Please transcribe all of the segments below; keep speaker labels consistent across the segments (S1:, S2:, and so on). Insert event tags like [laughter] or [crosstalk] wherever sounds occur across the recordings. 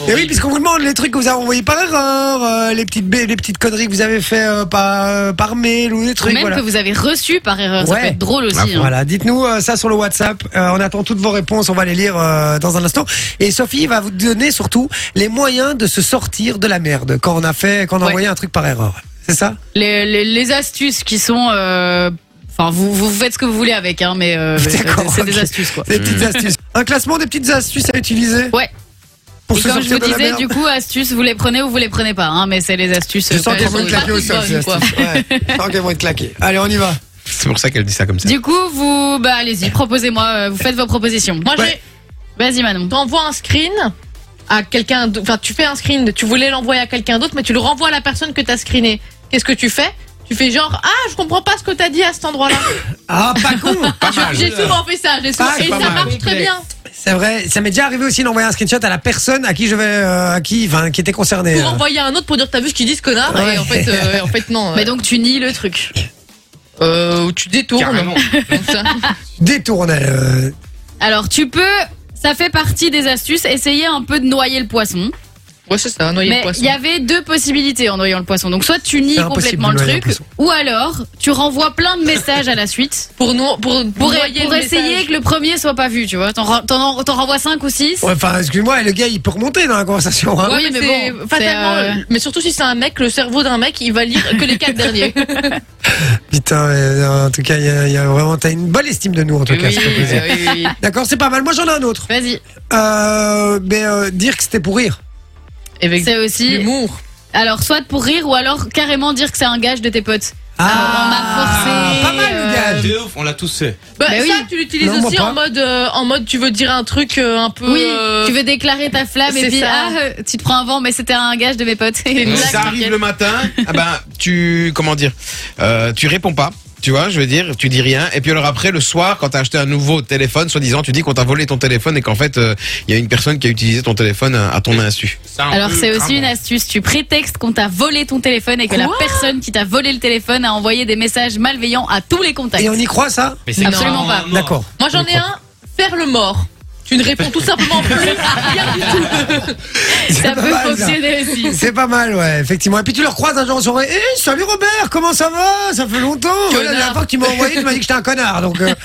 S1: Et Eh oui, puisqu'on vous demande les trucs que vous avez envoyés par erreur, euh, les petites ba- les petites conneries que vous avez fait euh, par euh, par mail ou des
S2: Ou
S1: trucs.
S2: même
S1: voilà.
S2: que vous avez reçu par erreur. Ça
S1: Ouais.
S2: peut être drôle aussi. hein.
S1: Voilà, dites-nous euh, ça sur le WhatsApp. Euh, on attend toutes vos réponses, on va les lire euh, dans un instant. Et Sophie va vous donner surtout les moyens de se sortir de la merde quand on a fait, quand on a
S2: Ouais.
S1: envoyé un truc par erreur. C'est ça
S2: Les, les- les astuces qui sont. euh, Enfin, vous, vous faites ce que vous voulez avec, hein,
S1: [laughs]
S2: mais euh, c'est
S1: D'accord,
S2: c'est des
S1: ok.
S2: astuces, quoi.
S1: Des petites astuces. Un classement des petites astuces à utiliser
S2: Ouais.
S1: Pour
S2: Et
S1: se
S2: comme je
S1: sortir de
S2: vous
S1: la merde.
S2: disais, du coup, astuces, vous les prenez ou vous les prenez pas, hein, mais c'est les astuces.
S1: Je
S2: euh,
S1: sens
S2: pas-
S1: qu'elles vont
S2: pas
S1: être claquées au
S2: toutes
S1: sol, ces
S2: bonnes, quoi.
S1: astuces. Ouais. Je sens qu'elles vont être claquées. Allez, on y va.
S3: C'est pour ça qu'elle dit ça comme ça.
S2: Du coup, vous, bah, allez-y, proposez-moi, euh, vous faites vos propositions.
S4: Moi,
S1: Ouais.
S4: j'ai.
S2: Vas-y, Manon.
S4: T'envoies un screen à quelqu'un. d- Enfin, tu fais un screen. Tu voulais l'envoyer à quelqu'un d'autre, mais tu le renvoies à la personne que t'as screené. Qu'est-ce que tu fais Tu fais genre ah je comprends pas ce que t'as dit à cet endroit-là.
S1: Ah, [laughs] pas con
S2: [laughs]
S3: Pas mal.
S4: J'ai souvent fait ça. J'ai souvent
S1: Ah, c'est
S4: et
S1: pas
S4: ça
S1: mal.
S4: marche très bien.
S1: C'est vrai, ça m'est déjà arrivé aussi d'envoyer un screenshot à la personne à qui je vais, euh, à qui, enfin, qui était euh. concernée.
S4: Pour envoyer à un autre pour dire t'as vu ce qu'il dit ce connard
S1: Ouais.
S4: et en fait euh, en fait non.
S2: Mais donc, tu nies le truc.
S4: euh, ou tu détournes. [laughs]
S3: Carrément.
S4: Comme ça.
S1: Détourner. euh,
S2: Alors, tu peux, ça fait partie des astuces, essayer un peu de noyer le poisson.
S4: Ouais c'est ça. Noyer le
S2: Mais
S4: poisson.
S2: il y avait deux possibilités en noyant le poisson. Donc, soit tu nies
S1: C'est impossible
S2: complètement
S1: de
S2: le
S1: noyer un
S2: truc,
S1: poisson.
S2: ou alors tu renvoies plein de messages à la
S4: [laughs]
S2: suite.
S4: Pour nous pour
S2: Pour,
S4: noyer
S2: pour
S4: le
S2: essayer
S4: message.
S2: que le premier soit pas vu, tu vois. T'en ren- T'en t'en renvoies 5 ou 6.
S1: ouais, Enfin, excuse-moi, le gars, il peut remonter dans la conversation. hein.
S2: Ouais.
S4: Oui, mais, bon, fatalement,
S2: c'est, euh,
S4: mais surtout si c'est un mec, le cerveau d'un mec, il va lire que
S2: [laughs]
S4: les
S1: [laughs]
S4: quatre derniers.
S1: Putain, euh, en tout cas, il y a- il y a vraiment, t'as une bonne estime de nous, en tout cas. ça fait plaisir.
S4: oui, oui.
S1: D'accord, c'est pas mal. Moi, j'en ai un autre.
S2: Vas-y.
S1: Euh, mais euh, dire que c'était pour rire.
S4: Avec
S2: C'est aussi.
S4: l'humour.
S2: Alors, soit pour rire, ou alors carrément dire que c'est un gage de tes potes. on m'a forcé,
S1: pas mal le
S2: euh,
S1: gage.
S3: Ah, De ouf, on l'a tous fait.
S4: Bah,
S2: Mais
S4: ça,
S2: oui.
S4: tu l'utilises
S1: Non, moi
S4: aussi
S1: pas.
S4: en mode, euh, en mode, tu veux dire un truc euh, un peu.
S2: Oui,
S4: euh,
S2: tu veux déclarer ta flamme et
S4: c'est
S2: puis
S4: ça.
S2: ah, euh, tu te prends un vent, mais c'était un gage de mes potes.
S3: Si
S2: Exact,
S3: ça arrive
S2: ok.
S3: le matin, ah ben, tu, comment dire, euh, tu réponds pas. Tu vois, je veux dire, tu dis rien. Et puis alors après, le soir, quand t'as acheté un nouveau téléphone, soi-disant, tu dis qu'on t'a volé ton téléphone et qu'en fait, euh, il y a une personne qui a utilisé ton téléphone à à ton insu.
S2: Alors c'est aussi une astuce, tu prétextes qu'on t'a volé ton téléphone et que la
S4: Quoi
S2: personne qui t'a volé le téléphone a envoyé des messages malveillants à tous les contacts.
S1: Et on y croit, ça
S2: c'est Absolument non, pas. non.
S1: D'accord.
S4: Moi, j'en ai un, faire le mort. Tu ne réponds
S1: [laughs]
S4: tout simplement plus à rien du tout.
S2: ça
S1: pas
S2: peut
S1: mal, ça.
S2: fonctionner aussi.
S1: [laughs] C'est pas mal, ouais, effectivement. Et puis tu le croises un jour sur Hé, salut Robert, comment ça va Ça fait longtemps. Ouais, La dernière
S2: Connard.
S1: fois que tu m'as envoyé, tu m'as dit que j'étais un connard. Donc,
S2: [laughs]
S1: euh, donc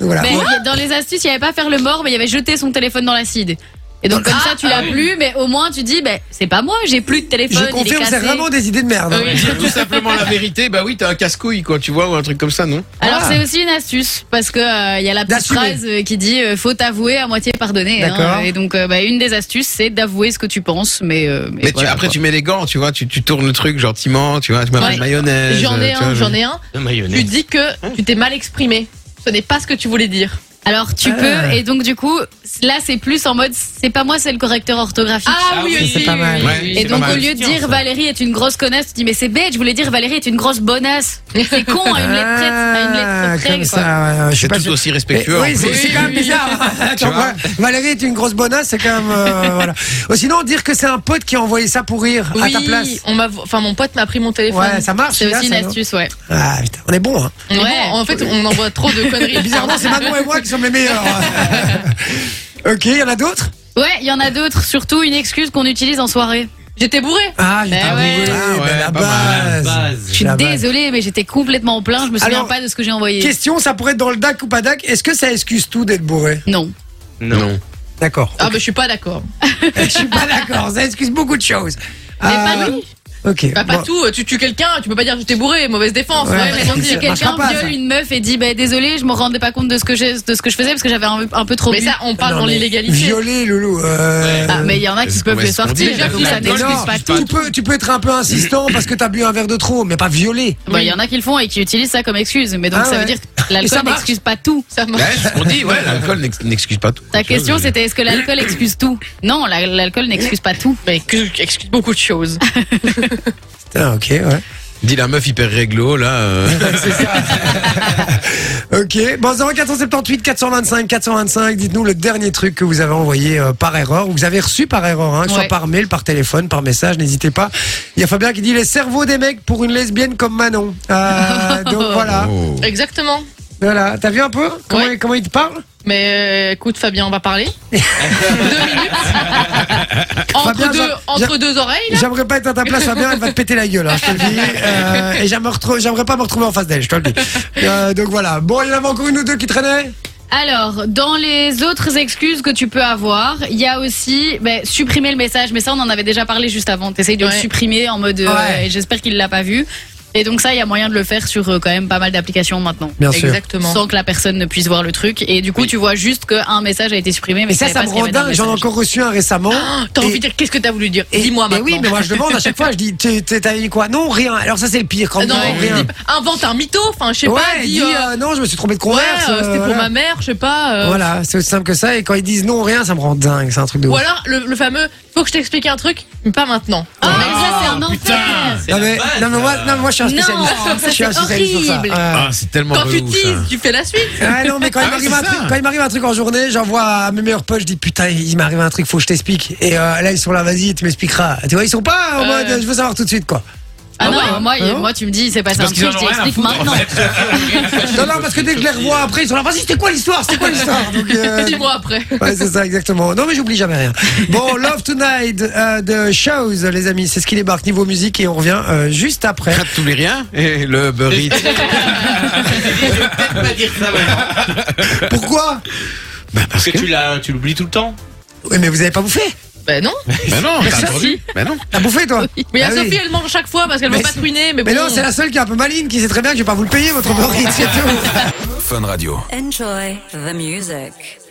S1: voilà.
S2: Mais y a- dans les astuces, il y avait pas faire le mort, mais il y avait jeter son téléphone dans l'acide. Et donc comme ça, tu l'as plus, mais au moins tu dis, ben c'est pas moi, j'ai plus de
S1: Ah, Je
S2: téléphone. il est
S1: confirme, c'est
S2: cassé.
S1: vraiment des idées de merde. hein.
S3: Dire tout simplement la vérité, bah oui, t'as un casse-couille, quoi, tu vois, ou un truc comme ça, non
S2: Alors
S1: Ah.
S2: c'est aussi une astuce parce que euh, il y a la petite
S1: D'assumer.
S2: phrase euh, qui dit euh, faut avouer à moitié pardonner. hein.
S1: D'accord.
S2: et donc euh, bah, une des astuces c'est d'avouer ce que tu penses, mais, euh, mais
S3: Mais tu-
S2: voilà,
S3: après,
S2: quoi.
S3: tu mets les gants, tu vois, tu, tu tournes le truc gentiment, tu vois, tu m'appelles
S4: Ouais.
S3: mayonnaise.
S4: [laughs] J'en ai
S3: tu vois,
S4: un,
S3: je-
S4: j'en ai un. Tu
S3: Mayonnaise.
S4: dis que tu t'es mal exprimé. Ce n'est pas ce que tu voulais dire.
S2: alors tu
S1: Ah.
S2: peux et donc du coup là c'est plus en mode c'est pas moi c'est le correcteur orthographique.
S4: Ah
S1: oui, oui, c'est pas mal.
S3: Ouais, c'est
S2: Et
S3: pas
S2: donc au
S3: mal.
S2: lieu de dire Valérie est une grosse connasse, tu dis mais c'est bête, je voulais dire Valérie est une grosse bonasse. C'est con à Oh, une lettre près, à une
S1: Ah,
S2: lettre près,
S1: comme
S2: quoi.
S1: ça, ouais, je suis
S3: C'est
S1: pas
S3: tout
S1: sûr.
S3: aussi
S1: Mais
S3: respectueux.
S1: oui,
S3: en
S1: c'est
S3: plus.
S1: c'est quand même bizarre. hein.
S3: [laughs]
S1: Attends,
S3: vois
S1: ouais, Valérie est une grosse bonasse, c'est quand même.
S2: [laughs]
S1: euh, voilà. Ou sinon, dire que c'est un pote qui a envoyé ça pour rire à ta place.
S4: Oui, on m'a, enfin, mon pote m'a pris mon téléphone.
S1: Ouais, ça marche.
S2: C'est
S1: celui-là,
S2: aussi une
S1: ça, non
S2: astuce ouais.
S1: Ah putain, on est bon. Hein.
S4: On est
S2: Ouais.
S4: bon, en fait, on envoie trop de
S1: [laughs]
S4: conneries.
S1: Bizarrement, c'est Manon et moi qui sommes les meilleurs. [laughs] ok, il y en a d'autres
S2: Ouais, il y en a d'autres, surtout une excuse qu'on utilise en soirée.
S4: J'étais bourré.
S1: Ah, j'ai
S2: Ben
S1: pas
S2: ouais.
S1: oublié,
S3: Ah ouais,
S1: ben la
S3: pas mal.
S1: base.
S2: Je suis
S1: La base.
S2: désolée, mais j'étais complètement en plein. Je me souviens
S1: Alors,
S2: pas de ce que j'ai envoyé.
S1: Question, ça pourrait être dans le DAC ou pas DAC Est-ce que ça excuse tout d'être bourré
S2: Non.
S3: Non.
S1: D'accord.
S4: Ah, bah, je suis pas d'accord.
S1: [laughs] Je suis pas d'accord, ça excuse beaucoup de choses.
S2: Mais pas
S1: Euh,
S2: nous.
S1: Ok.
S4: Bah, pas
S1: bon.
S4: tout. Tu tues quelqu'un, tu peux pas dire j'étais bourré, mauvaise défense.
S1: Ouais,
S4: Ouais,
S2: Ouais, mais donc, si
S1: Ça
S2: quelqu'un
S1: marchera pas, ça.
S2: viole une meuf et dit bah, désolé, je me rendais pas compte de ce que j'ai- de ce que je faisais parce que j'avais un, un peu trop
S4: mais
S2: bu.
S4: ça, on parle
S1: Non,
S4: dans
S1: mais
S4: l'illégalité.
S1: Violer, loulou. euh,
S2: Ah, mais il y en a qui
S3: Est-ce
S2: peuvent
S3: qu'on-
S2: le
S3: est-ce qu'on
S2: sortir.
S4: dit
S2: J'avoue,
S4: la
S2: ça
S4: blague
S2: n'excuse
S1: non,
S2: pas
S3: n'excuse
S2: tout.
S1: tu, peux, tu peux être un peu insistant parce que t'as bu un verre de trop, mais pas violer.
S2: Bah, Il y en a qui le font et qui utilisent ça comme excuse. Mais donc,
S1: Ah
S2: ça
S1: ouais.
S2: veut dire que
S1: Et ça
S2: l'alcool
S1: marche.
S2: n'excuse pas tout.
S4: Ça marche.
S3: Ouais, c'est ce qu'on dit, ouais, l'alcool n'ex- n'excuse pas tout.
S2: Ta question, c'était est-ce que l'alcool excuse tout Non, la- l'alcool n'excuse pas tout.
S4: Mais que- excuse beaucoup de choses.
S1: Ah, ok, ouais.
S3: Dis la meuf hyper réglo, là. euh.
S1: [laughs] Ok. Bon, 0478 425 425, dites-nous le dernier truc que vous avez envoyé euh, par erreur, ou que vous avez reçu par erreur, hein, que ce soit
S2: Ouais.
S1: par mail, par téléphone, par message, n'hésitez pas. Il y a Fabien qui
S2: [laughs]
S1: dit les cerveaux des mecs pour une lesbienne comme Manon. Euh, donc voilà.
S3: Oh.
S4: Exactement.
S1: Voilà, t'as vu un peu comment,
S4: Ouais.
S1: comment il te parle
S4: Mais euh, écoute, Fabien, on va [laughs] parler. deux [laughs] minutes. entre,
S1: Fabien,
S4: deux,
S1: j'a-
S4: entre deux oreilles, là.
S1: J'aimerais pas être à ta place, Fabien, elle va te péter la gueule, hein, je te le dis. Euh, et j'aimerais retro- j'aimerais pas me retrouver en face d'elle, je te le dis. Euh, donc voilà. Bon, il y en avait encore une ou deux qui traînaient
S2: [laughs] Alors, dans les autres excuses que tu peux avoir, il y a aussi ben, supprimer le message. Mais ça, on en avait déjà parlé juste avant. T'essayes de le
S4: Ouais.
S2: supprimer en mode. euh,
S1: Ouais.
S2: et J'espère qu'il l'a pas vu. Et donc ça, il y a moyen de le faire sur euh, quand même pas mal d'applications maintenant.
S1: Bien
S4: Exactement.
S2: Sans que la personne ne puisse voir le truc. Et du coup, tu vois juste qu'un message a été supprimé. Mais
S1: Et ça,
S2: tu savais
S1: ça me
S2: pas ce qu'il y
S1: rend
S2: avait dans le
S1: dingue. J'en ai
S2: message.
S1: encore reçu un
S2: [gasps]
S1: récemment.
S4: T'as
S1: Et-
S4: envie de dire, qu'est-ce que t'as voulu dire
S1: et-
S4: Dis-moi
S1: mais
S4: maintenant.
S1: oui, mais moi je demande à chaque fois, je dis, t'es- t'es- t'as mis quoi Non, rien. Alors ça c'est le pire quand
S4: Euh,
S1: même.
S4: non,
S1: rien.
S4: dis pas- invente un mytho, enfin, je sais
S1: ouais,
S4: pas, dis.
S1: dis,
S4: euh,
S1: euh, non, je me suis trompé de
S4: ouais,
S1: converse.
S4: euh,
S1: euh,
S4: c'était pour
S1: voilà.
S4: ma mère, je sais pas. euh,
S1: Voilà, c'est aussi simple que ça. Et quand ils disent non, rien, ça me rend dingue. C'est un truc de
S4: Ou
S1: ouf.
S4: alors le, le fameux, faut que je t'explique un truc, mais pas maintenant.
S2: Ah, mais ça, c'est un
S5: Putain,
S2: enfer.
S5: c'est
S1: Non
S5: la
S1: mais,
S5: base,
S1: non, mais
S4: euh.
S1: moi,
S5: ça.
S1: non, mais moi, je suis un spécialiste.
S4: [laughs]
S2: Non, ça,
S1: je suis un
S2: c'est
S1: spécialiste sur ça.
S2: horrible.
S1: Ouais.
S5: Ah, c'est tellement
S4: Quand tu
S5: relou, ça.
S4: teases, tu fais la suite.
S1: Ouais, non, mais quand il
S5: Ah,
S1: m'arrive
S5: c'est
S1: un
S5: ça.
S1: truc, quand il m'arrive un truc en journée, j'envoie à mes meilleurs potes, je dis putain, il m'arrive un truc, faut que je t'explique. Et euh, là, ils sont là, vas-y, tu m'expliqueras. Tu vois, ils sont pas en
S4: Euh.
S1: mode, je veux savoir tout de suite, quoi.
S2: Ah non, moi,
S1: Ah ouais
S2: moi, tu me dis, c'est passé un
S5: Parce qu'ils
S2: truc,
S5: en
S2: je
S5: ont rien à
S2: t'explique
S5: foutre, en
S2: maintenant.
S5: fait.
S1: Non, non, parce que dès que je les revois après, ils sont là, vas-y, c'était quoi l'histoire, c'était quoi l'histoire.
S4: [laughs]
S1: Donc,
S2: [laughs]
S1: euh,
S4: Dix mois après.
S1: Ouais, c'est ça, exactement. Non, mais j'oublie jamais rien.
S4: [laughs]
S1: Bon, Love Tonight euh, de Shows, les amis, c'est ce qui débarque niveau musique et on revient euh, juste
S4: [laughs]
S1: après.
S3: Prête tous les riens et le [laughs] burrito.
S5: Pas dire ça maintenant.
S1: Pourquoi
S5: Parce que tu l'as- tu l'oublies tout le temps.
S1: Oui, mais vous avez pas bouffé
S4: Ben
S1: [laughs]
S4: non.
S3: Ben non, t'as
S1: Merci.
S3: entendu Ben non.
S1: T'as bouffé, toi
S4: Mais il y a
S1: Ah oui.
S4: Sophie, elle mange chaque fois parce qu'elle veut
S1: Mais
S4: pas
S1: c'est-
S4: truiner. Mais,
S1: Mais
S4: bon.
S1: non, c'est la seule qui est un peu maligne, qui sait
S4: [laughs]
S1: très bien que je vais pas vous le payer, votre burrito, c'est tout.
S6: Enjoy the music.